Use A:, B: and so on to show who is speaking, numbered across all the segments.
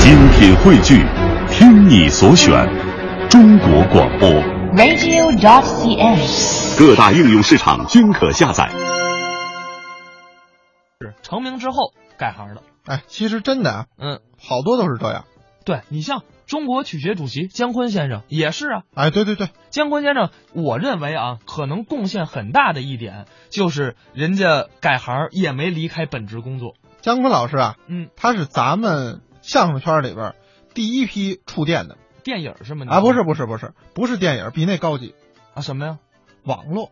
A: 精品汇聚，听你所选，中国广播。
B: radio.cn。
A: 各大应用市场均可下载。
C: 是成名之后改行的。
D: 哎，其实真的啊，
C: 嗯，
D: 好多都是这样。
C: 对你像中国曲协主席姜昆先生也是啊。
D: 哎，对对对，
C: 姜昆先生，我认为啊，可能贡献很大的一点就是人家改行也没离开本职工作。
D: 姜昆老师啊，
C: 嗯，
D: 他是咱们相声圈里边第一批触电的
C: 电影是吗？你
D: 啊，不是不是不是不是电影，比那高级，
C: 啊，什么呀？
D: 网络。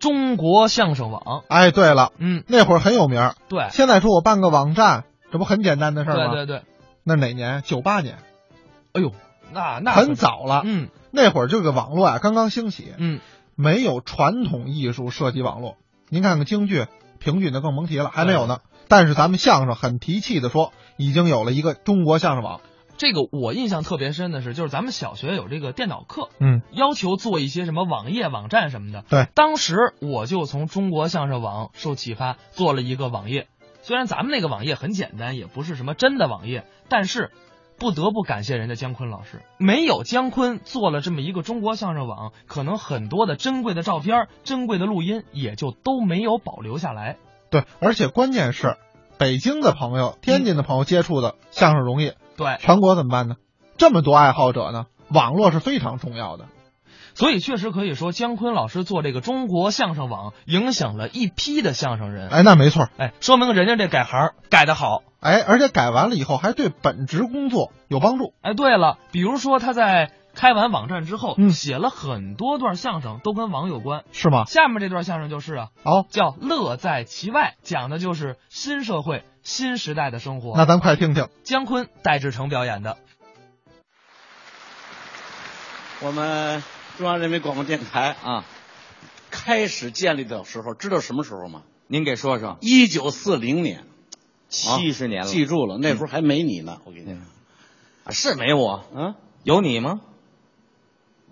C: 中国相声网。
D: 哎，对了，
C: 嗯，
D: 那会儿很有名儿，
C: 对，
D: 现在说我办个网站，这不很简单的事儿
C: 对
D: 吗？
C: 哎对对。
D: 那哪年？九八年，
C: 哎呦，那那
D: 很。早了。
C: 嗯
D: 那会儿这个网络啊刚刚兴起，
C: 嗯，
D: 没有传统艺术涉及网络。您看看京剧、评剧那更甭提了，还没有呢。但是咱们相声很提气的说，已经有了一个中国相声网。
C: 这个我印象特别深的是，就是咱们小学有这个电脑课，
D: 嗯，
C: 要求做一些什么网页、网站什么的。
D: 对，
C: 当时我就从中国相声网受启发，做了一个网页。虽然咱们那个网页很简单，也不是什么真的网页，但是不得不感谢人家姜昆老师，没有姜昆做了这么一个中国相声网，可能很多的珍贵的照片、珍贵的录音也就都没有保留下来。
D: 对，而且关键是，北京的朋友、天津的朋友接触的相声容易，
C: 对，
D: 全国怎么办呢？这么多爱好者呢，网络是非常重要的。
C: 所以确实可以说，姜昆老师做这个中国相声网，影响了一批的相声人。
D: 哎，那没错。
C: 哎，说明人家这改行改得好。
D: 哎，而且改完了以后，还对本职工作有帮助。
C: 哎，对了，比如说他在开完网站之后，
D: 嗯
C: 写了很多段相声，都跟网有关。
D: 是吗？
C: 下面这段相声就是啊，
D: 好、
C: 叫《乐在其外》，讲的就是新社会、新时代的生活。
D: 那咱快听听。
C: 姜昆、戴志诚表演的。
E: 我们中央人民广播电台
F: 啊，
E: 开始建立的时候，知道什么时候吗？
F: 您给说说，
E: 一九四零年，
F: 七十年了，
E: 记住了，那时候还没你呢。我跟你讲，
F: 啊是没我，
E: 啊，
F: 有你吗？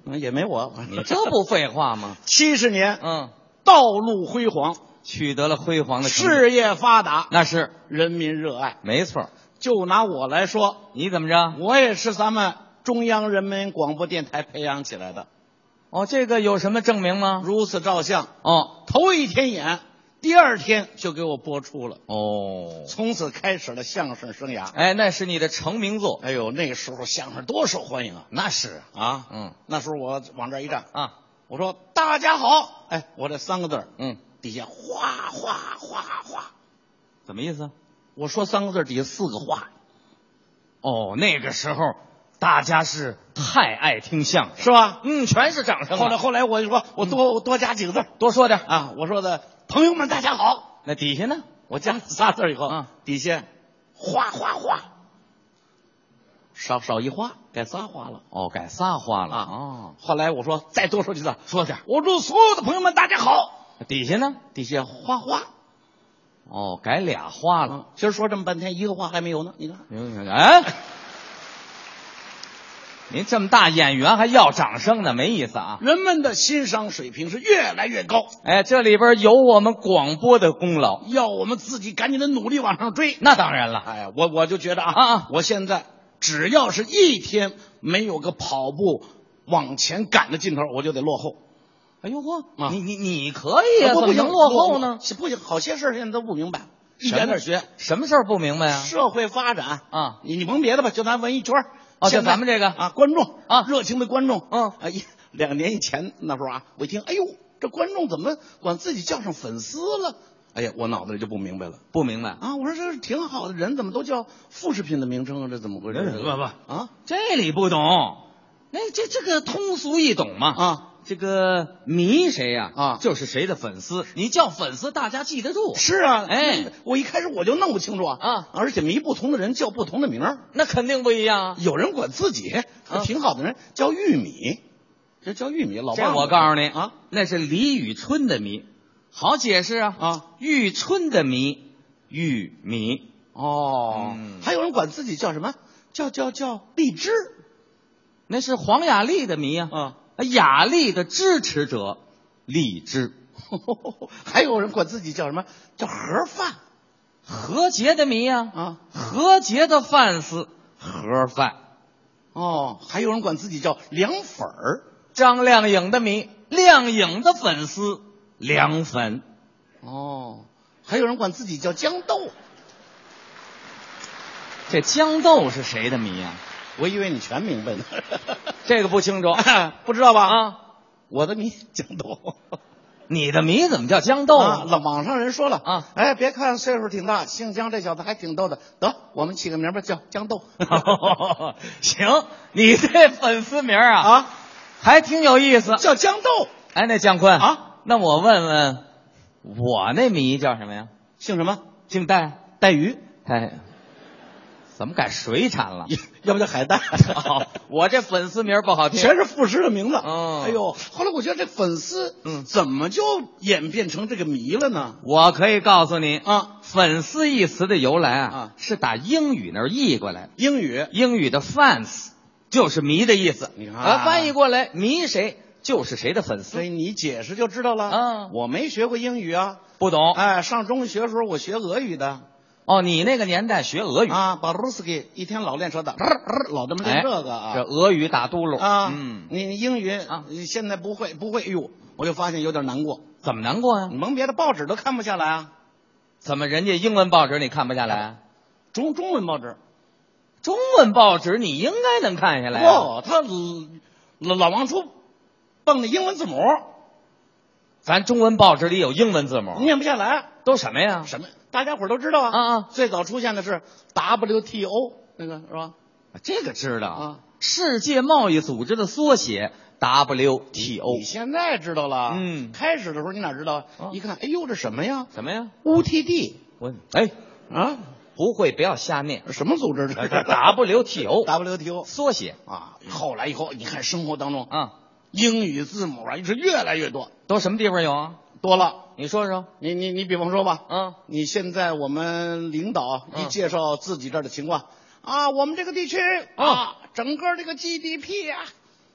E: 嗯也没我。？
F: 你这不废话吗
E: 七十年，
F: 嗯，
E: 道路辉煌，
F: 取得了辉煌的成绩，
E: 事业发达，
F: 那是
E: 人民热爱。
F: 没错。
E: 就拿我来说，
F: 你怎么着？
E: 我也是咱们中央人民广播电台培养起来的，
F: 哦，这个有什么证明吗？
E: 如此照相，
F: 哦
E: 头一天演，第二天就给我播出了，
F: 哦，
E: 从此开始了相声生涯。
F: 哎，那是你的成名作，
E: 哎呦，那时候相声多受欢迎啊！
F: 那是
E: 啊，
F: 嗯
E: 那时候我往这儿一站，
F: 啊，
E: 我说大家好，哎，我这三个字儿，
F: 嗯，
E: 底下哗哗哗哗，
F: 怎么意思？
E: 我说三个字儿底下四个哗，
F: 哦，那个时候大家是太爱听相声，
E: 是吧？
F: 嗯，全是掌声啊。嗯
E: 后来后来我就说，我多、我多加几个字儿
F: 多说点，
E: 啊，我说的朋友们大家好，
F: 那底下呢？
E: 我加了仨字儿以后，
F: 啊
E: 底下哗哗哗，少少一哗，改仨哗了。
F: 哦，改仨花了
E: 啊
F: 哦，
E: 后来我说再多说几字，
F: 说点。
E: 我祝所有的朋友们大家好，
F: 哦底下呢？
E: 底下哗哗。
F: 哦，改俩花了。
E: 啊，今儿说这么半天，一个话还没有呢。你看，
F: 明白明白哎，您这么大演员还要掌声呢，没意思啊！
E: 人们的欣赏水平是越来越高，
F: 哎，这里边有我们广播的功劳，
E: 要我们自己赶紧的努力往上追。
F: 那当然了。
E: 哎呀，我我就觉得啊
F: 啊啊
E: 我现在只要是一天没有个跑步往前赶的劲头，我就得落后。
F: 哎呦呵
E: 啊
F: 你你你可以啊，怎
E: 我不
F: 么
E: 行
F: 能落后呢？？
E: 我不行，好些事儿现在都不明白，一
F: 什么
E: 点点学。
F: 什么事儿不明白啊？
E: 社会发展
F: 啊
E: 你你甭别的吧，就咱文艺圈儿
F: 哦就
E: 现在
F: 咱们这个
E: 啊，观众
F: 啊
E: 热情的观众，
F: 嗯
E: 啊，一两年以前那时候啊，我一听，哎呦，这观众怎么管自己叫上粉丝了？哎呀，我脑子里就不明白了
F: 不明白，
E: 啊！我说这是挺好的人，怎么都叫副食品的名称啊？这怎么回事？
F: 不不
E: 啊
F: 这里不懂，那这这个通俗易懂嘛
E: 啊！
F: 这个迷谁呀、
E: 啊
F: 就是谁的粉丝，你叫粉丝，大家记得住，
E: 是啊，
F: 哎，
E: 我一开始我就弄不清楚啊
F: 啊
E: 而且迷不同的人叫不同的名儿，
F: 那肯定不一样啊。
E: 有人管自己
F: 啊
E: 挺好的人叫玉米，这叫玉米，老
F: 这
E: 忘了
F: 我告诉你
E: 啊，
F: 那是李宇春的迷，好解释啊
E: 啊！
F: 玉春的迷，玉迷
E: 哦，
F: 嗯
E: 还有人管自己叫什么？叫叫叫荔枝
F: 那是黄雅莉的迷啊，
E: 啊！
F: 雅莉的支持者，荔枝。
E: 还有人管自己叫什么？叫盒饭
F: 何洁的迷啊，
E: 啊！
F: 何洁的 fans，盒饭。
E: 哦，还有人管自己叫凉粉儿。
F: 张靓颖的迷，靓颖的粉丝，凉粉。
E: 哦，还有人管自己叫豇豆。
F: 这豇豆是谁的迷呀、
E: 我以为你全 明白呢。
F: 这个不清楚，
E: 不知道吧？
F: 啊，
E: 我的迷豇豆。
F: 你的迷怎么叫豇豆呢？，
E: 啊老网上人说了
F: 啊
E: 哎，别看岁数挺大，姓姜这小子还挺逗的。得，我们起个名吧，叫 姜豆。
F: 行，你这粉丝名儿啊
E: 啊，
F: 还挺有意思。
E: 叫姜豆，
F: 哎，那姜昆
E: 啊，
F: 那我问问，我那迷叫什么呀？
E: 姓什么？
F: 姓戴，
E: 带鱼，
F: 哎，怎么改水产 了？
E: 要要不叫海带。
F: 啊 哦我这粉丝名儿不好听，
E: 全是副诗的名字。
F: 嗯
E: 哎呦，后来我觉得这粉丝，
F: 嗯
E: 怎么就演变成这个迷了呢？
F: 我可以告诉你
E: 啊，
F: 粉丝一词的由来啊，
E: 啊
F: 是打英语那儿译过来的。
E: 英语
F: 英语的 fans 就是迷的意思，
E: 你看哎
F: 啊，翻译过来迷谁就是谁的粉
E: 所以
F: 丝。
E: 你解释就知道了。
F: 啊
E: 我没学过英语啊。
F: 不懂、
E: 哎，上中学的时候我学俄语的
F: 哦，你那个年代学俄语，嗯
E: 啊，巴鲁斯基一天老练舌打，老这么
F: 哎
E: 练这个啊。
F: 这俄语打嘟噜
E: 啊，
F: 嗯，
E: 你你英语
F: 啊
E: 你现在不会不会，哎呦，我就发现有点难过。
F: 怎么难过呀、
E: 你蒙别的报纸都看不下来啊，
F: 怎么人家英文报纸你看不下来、啊？
E: 中中文报纸，
F: 中文报纸你应该能看下来、
E: 哇、
F: 啊。
E: 他老老王出蹦的英文字母
F: 咱中文报纸里有英文字母，
E: 念不下来，
F: 都什么呀？
E: 什么大家伙都知道啊
F: 啊啊
E: 最早出现的是 WTO 那个是吧？
F: 这个知道
E: 啊，
F: 世界贸易组织的缩写 WTO
E: 你现在知道了，
F: 嗯
E: 开始的时候你哪知道？
F: 啊
E: 一看，哎呦，这什么呀
F: 什么呀？
E: ？UTD
F: 我哎，
E: 啊，
F: 不会不要瞎 念
E: 什么组织 这是哦
F: ，WTO
E: WTO
F: 缩写
E: 啊？后来以后，你看生活当中
F: 嗯啊，
E: 英语字母啊，是越来越多，
F: 都什么地方有啊？
E: 多了。
F: 你说说
E: 你你你比方说吧，
F: 啊，
E: 你现在我们领导啊
F: 嗯
E: 一介绍自己这儿的情况、啊，我们这个地区
F: 嗯
E: 啊，整个这个 GDP 啊，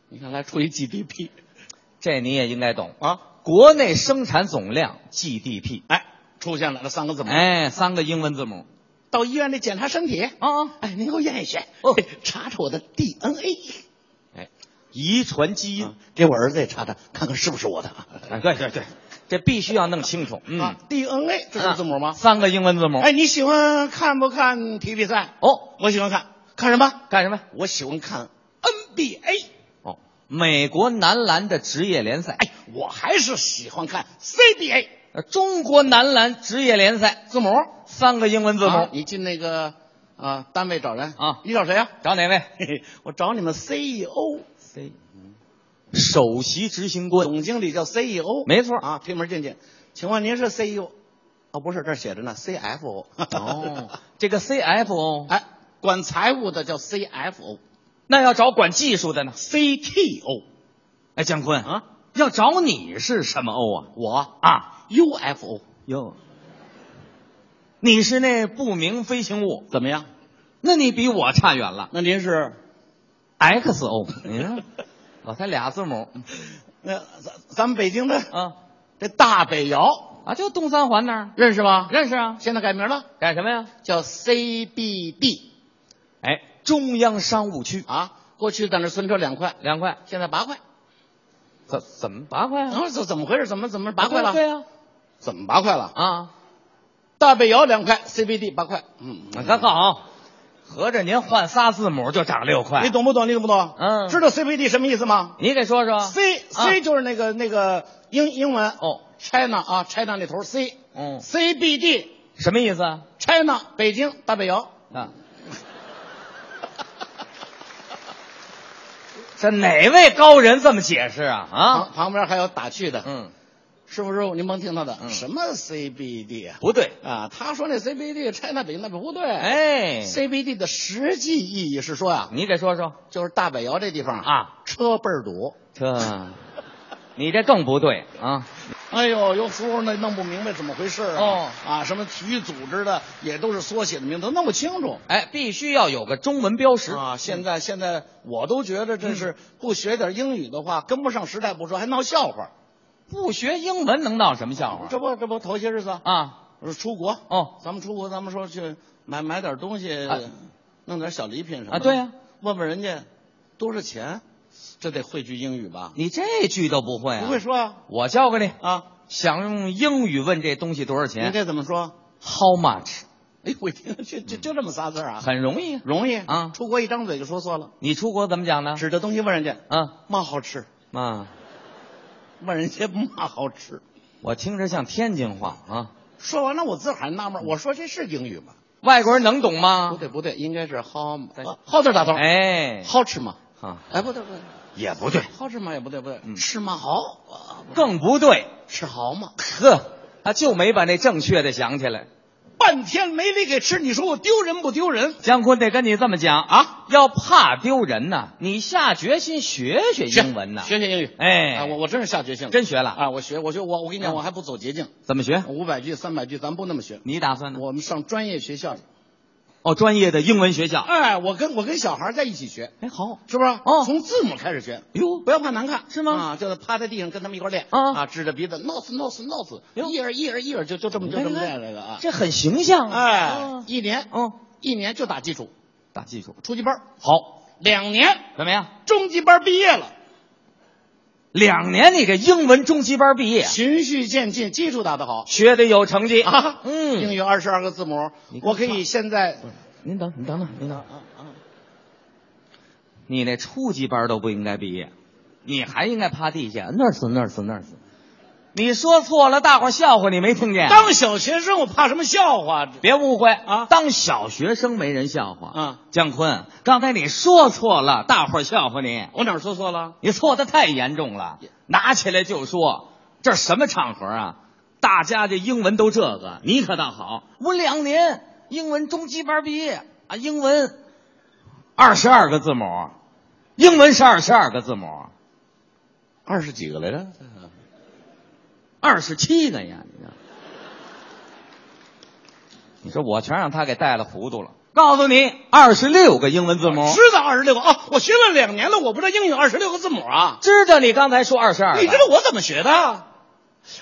E: 你看来出一 GDP
F: 这你也应该懂。
E: 啊，
F: 国内生产总量 GDP，
E: 哎，出现了这三个字母。
F: 哎，三个英文字母
E: 到医院里检查身体，
F: 啊，
E: 哎，您给我验一验，
F: 哦
E: 查查我的 DNA，
F: 哎，遗传基因
E: 啊，给我儿子也查查，看看是不是我的。
F: 嗯哎，对对对，这必须要弄清楚。嗯
E: 啊，，DNA 这是字母吗？
F: 三个英文字母。
E: 哎，你喜欢看不看体育比赛？
F: 哦，
E: 我喜欢看，看什么？
F: 干什么？
E: 我喜欢看 NBA，
F: 哦，美国男篮的职业联赛，
E: 哎，我还是喜欢看 CBA
F: 哎，中国男篮职业联赛，
E: 字母
F: 三个英文字
E: 啊
F: 母，
E: 你进那个啊单位找人
F: 啊
E: 你找谁呀、
F: 找哪位
E: 嘿嘿， 我找你们 E CEO，
F: ？C，首席执行官。
E: 总经理叫 CEO，
F: 没错
E: 啊，推门进去，请问您是 CEO？哦，不是，这儿写着呢，CFO。
F: 哦，，这个 CFO，
E: 哎，管财务的叫 CFO，CTO
F: 那要找管技术的呢？哎，姜昆
E: 啊，
F: 要找你是什么 O 啊？
E: 我
F: 啊
E: UFO
F: 哟，你是那不明飞行物，
E: 怎么样？
F: 那你比我差远了。
E: 那您是
F: XO，你 看，哦哎我才俩字母
E: 那呃咱咱们北京的
F: 啊
E: 这大北窑
F: 啊，就东三环那儿
E: 认识吧？
F: 认识啊？
E: 现在改名了，
F: 干什么呀？
E: 叫 CBD
F: 哎，中央商务区
E: 啊。过去在那儿存车两块，
F: 两块，
E: 现在八块。
F: 怎怎么八块啊？
E: 啊，怎怎么回事？怎么怎么八块了？
F: 对啊
E: 怎么八块了？
F: 啊，
E: 大北窑两块，CBD 八块。嗯，
F: 那好，合着您换仨字母就涨六块，
E: 你？懂不懂？你懂不懂？
F: 嗯
E: 知道 CBD 什么意思吗
F: 你给说说
E: ？C
F: 啊
E: C 就是那个那个英英文
F: 哦
E: ，China 啊，China 那头 C。
F: 嗯
E: CBD
F: 什么意思啊？
E: China 北京大北窑。
F: 啊， 这哪位高人这么解释啊？
E: 旁
F: 啊，
E: 旁边还有打趣的，
F: 嗯，
E: 师傅师傅，您甭听他的，
F: 嗯
E: 什么 CBD 啊？
F: 不对，
E: 啊，他说那 CBD China 北京那不对，
F: 哎，
E: ，CBD 的实际意义是说呀、
F: 你给说说
E: 就是大北窑这地方，
F: 啊？
E: 车倍儿堵。
F: 这， 你这更不对啊！
E: 哎呦，有时候呢弄不明白怎么回事啊、
F: 哦
E: 啊，什么体育组织的也都是缩写的名字，弄不清楚
F: 哎，必须要有个中文标识
E: 啊。现在现在我都觉得这
F: 嗯
E: 是不学点英语的话，跟不上时代不说，还闹笑话。
F: 不学英文能闹什么笑话
E: 这不这不头些日子啊，
F: 啊？
E: 我说出国
F: 哦，
E: 咱们出国，咱们说去买买点东西，
F: 啊
E: 弄点小礼品什么的
F: 啊对呀
E: 问问人家多少钱，这得会句英语吧？
F: 你这句都不会啊？
E: 不会，说呀、
F: 我教给你。
E: 啊？啊，
F: 想用英语问这东西多少
E: 应
F: 钱
E: 该怎么说？
F: ？How much？
E: 哎，我一听就就就这么仨字儿啊，
F: 很容易啊。
E: 容易
F: 啊
E: 出国一张嘴就说错了，
F: 你出国怎么讲呢？
E: 指着东西问人家，
F: 啊
E: 嘛好吃？
F: 啊，
E: 问人家嘛好吃？
F: 我听着像天津话啊。
E: 说完了，我自个儿还纳闷儿，我说这是英语吗？
F: 外国人能懂
E: 不
F: 吗？
E: 对不对，应该是好
F: 啊对
E: 啊好字打头，
F: 哎，
E: 好吃吗？
F: 啊，
E: 哎，不对不对，
F: 也不对，
E: 好吃吗？也不对不对，
F: 嗯
E: 吃嘛好，啊不
F: 更不对。
E: 吃好嘛，
F: 呵，他就没把那正确的想起来。
E: 半天没理给吃，你说我丢人不丢人？
F: 姜昆得跟你这么讲啊，要怕丢人呐、你下决心学学英文呐、
E: 学学英语，
F: 哎
E: 啊我我真是下决心了，
F: 真学了
E: 啊！我学我学我我跟你
F: 嗯
E: 讲，我还不走捷径，
F: 怎么学？
E: 五百句三百句咱不那么学，
F: 你打算呢？
E: 我们上专业学校去。
F: 哦，专业的英文学校。
E: 哎，我跟我跟小孩在一起学，
F: 哎，好，
E: 是不是？
F: 哦
E: 从字母开始学，
F: 哟
E: 不要怕难看，
F: 是吗
E: 啊，就趴在地上跟他们一块练，
F: 啊
E: 啊，指着鼻子 nose nose nose，
F: 哟
E: 一耳一耳一耳，就就这么就这么练来的啊。
F: 哎这很形象啊。
E: 哎
F: 嗯，
E: 一年，
F: 嗯，
E: 一年就打基础，
F: 打记住。
E: 初级班儿，
F: 好，
E: 两年
F: 怎么样？
E: 中级班毕业了，
F: 两年你这英文中级班毕业，
E: 循序渐进，基础打得好
F: 学得有成绩
E: 啊。英
F: 嗯，
E: 语二十二个字母
F: 你，看
E: 我可以现在
F: 您等，您等等，您等。
E: 啊啊，
F: 你那初级班都不应该毕业，你还应该趴地下那儿死那儿死那儿死。你说错了，大伙儿笑话你没听见？
E: 当小学生我怕什么笑话？这
F: 别误会
E: 啊
F: 当小学生没人笑话
E: 啊。
F: 姜昆，刚才你说错了，大伙儿笑话你，
E: 我哪儿说错了？
F: 你错的太严重了
E: 也，
F: 拿起来就说，这什么场合啊？大家这英文都这个，你可倒好，我两年英文中级班毕业啊，英文二十二个字母，英文是二十二个字母，
E: 二十几个来着？
F: 二十七个呀！你看，你说我全让他给带了糊涂了。告诉你，二十六个英文字母。
E: 知道二十六个哦，我学了两年了，我不知道英语二十六个字母啊。
F: 知道你刚才说二十二个，
E: 你知道我怎么学的？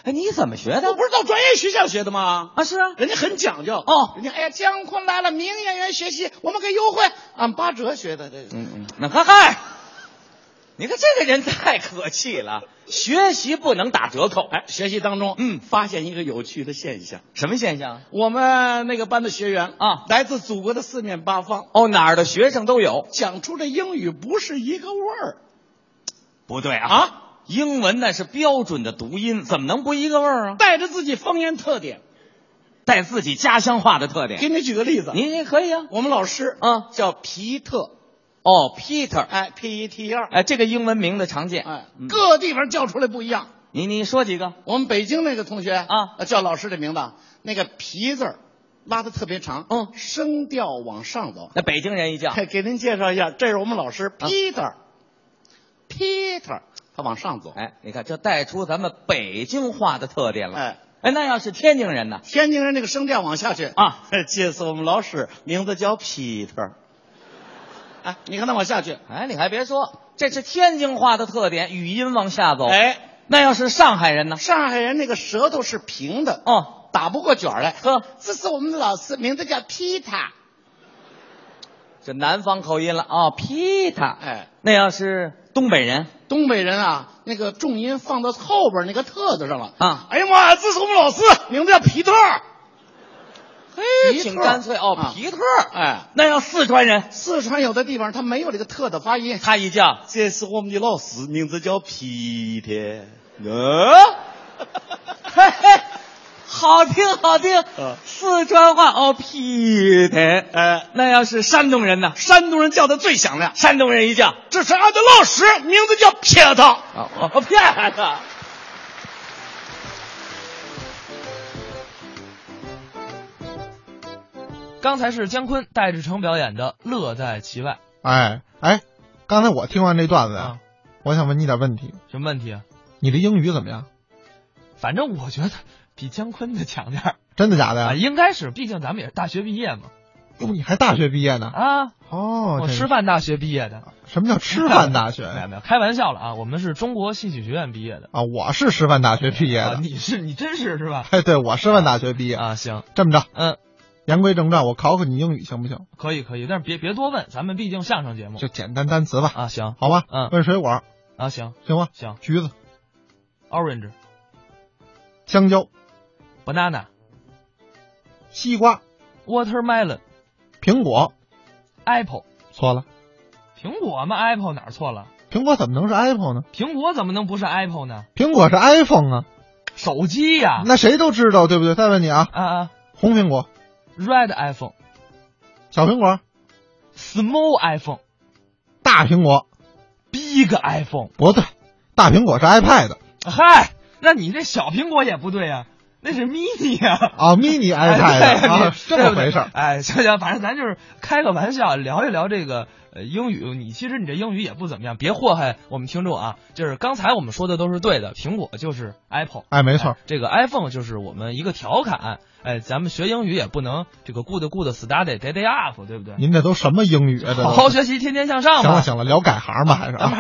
F: 哎，你怎么学
E: 我
F: 的
E: 不是到专业学校学的吗？
F: 啊？是啊，
E: 人家很讲究
F: 哦
E: 人家哎呀，姜昆来了，名演员学习，我们给优惠，按八折学的。这
F: 嗯嗯，那嗨嗨，你看这个人太可气了，学习不能打折扣。哎，
E: 哎，学习当中，
F: 嗯
E: 发现一个有趣的现象，
F: 什么现象？
E: 我们那个班的学员
F: 啊
E: 来自祖国的四面八方，
F: 哦，哪儿的学生都有。
E: 讲出的英语不是一个味儿
F: 不对啊啊，
E: 啊，
F: 英文那是标准的读音，怎么能不一个味儿啊？
E: 带着自己方言特点。
F: 带自己家乡话的特
E: 给
F: 点。
E: 你举个例子，
F: 您您可以啊。
E: 我们老师
F: 啊
E: 叫皮特，
F: 哦，Peter，
E: 哎，P E T E R，
F: 哎，这个英文名字常见。
E: 哎
F: 嗯，
E: 各地方叫出来不一样。
F: 你你说几个？
E: 我们北京那个同学
F: 啊
E: 呃叫老师的名字，那个皮字儿拉的特别长，
F: 嗯啊
E: 声调往上走。
F: 那北京人一叫
E: 嘿，给您介绍一下，这是我们老师
F: 啊
E: Peter，Peter，他往上走。
F: 哎，你看这带出咱们北京话的特点了。
E: 哎，
F: 哎，那要是天津人呢？
E: 天津人那个声调往下去
F: 啊，
E: 介绍我们老师名字叫 Peter。哎，你看他往下去，
F: 哎，你还别说，这是天津话的特点，语音往下走。，
E: 哎，
F: 那要是上海人呢？
E: 上海人那个舌头是平的，
F: 哦，嗯
E: 打不过卷儿来。
F: 呵，
E: 这是我们的老师，名字叫 Peter。
F: 这南方口音了啊、皮塔。
E: 哎，
F: 那要是东北人，
E: 东北人啊，那个重音放到后边那个特字上了
F: 啊
E: 哎呀妈呀，这是我们老师，名字叫皮特。
F: 嘿
E: 皮
F: 挺
E: 特
F: 干脆哦，
E: 啊
F: 皮特。
E: 哎，
F: 那要四川人，
E: 四川有的地方他没有这个特的发音。
F: 他一叫，
E: 这是我们的老师，名字叫皮特。
F: 呃，嘿嘿，好听好听，
E: 啊
F: 四川话哦，皮特。
E: 哎，
F: 那要是山东人呢？
E: 山东人叫的最响亮，
F: 山东人一叫，
E: 这是俺的老师，名字叫皮特。
F: 啊，我骗他。
C: 刚才是姜昆、戴志诚表演的《乐在其外
D: 哎哎，刚才我听完这段子，
C: 啊、
D: 我想问你点问题，》，
C: 什么问题啊？
D: 你的英语怎么样？
C: 反正我觉得比姜昆的强点儿
D: 真的假的呀？
C: 啊，应该是，毕竟咱们也是大学毕业嘛。
D: 哟、你还大学毕业呢？
C: 啊，
D: 哦，
C: 我
D: 这
C: 师范大学毕业的，
D: 什么叫师范大 学
C: 没有没有，开玩笑了啊，我们是中国戏曲学院毕业的。
D: 啊？我是师范大学毕业
C: 啊，
D: 的。
C: 你是你真是是吧？
D: 哎，对，我师范大学毕业。
C: 啊，行，
D: 这么着，
C: 嗯，
D: 言归正传，我考考你英语行不行？
C: 可以可以，但是别别多问，咱们毕竟相声节目
D: 就简单单词吧，
C: 啊，行
D: 好吧？
C: 嗯
D: 问水果
C: 啊行
D: 行吗？
C: 行
D: 橘子、
C: ，orange、
D: 香蕉、
C: banana、
D: 西瓜、
C: watermelon、
D: 苹果，
C: apple，
D: 错了，
C: 苹果嘛，apple 哪儿错了？
D: 苹果怎么能是 Apple 呢？
C: 苹果怎么能不是 apple 呢？
D: 苹果是 iPhone 啊，
C: 手机呀、
D: 那谁都知道，对不对？再问你啊，
C: 啊啊
D: 红苹果、
C: ，red iPhone、
D: 小苹果、
C: small iPhone、
D: 大苹果，
C: big iPhone，
D: 不对，大苹果是 iPad
C: 嗨，那你这小苹果也不对呀、那是 mini 呀、
D: 啊，mini
C: 哎
D: iPad 啊，这
C: 对
D: 么回事儿。
C: 哎，行行，反正咱就是开个玩笑，聊一聊这个呃英语。你其实你这英语也不怎么样，别祸害我们听众啊。就是刚才我们说的都是对的，苹果就是 Apple，
D: 哎，没错
C: 哎，这个 iPhone 就是我们一个调侃。哎，咱们学英语也不能这个 good good study day day up，对不对？
D: 您这都什么英语啊？这都
C: 好好学习，天天向上
D: 行
C: 嘛
D: 了。行了，聊改行吧，还是
C: 咱们
D: 啊。
C: 还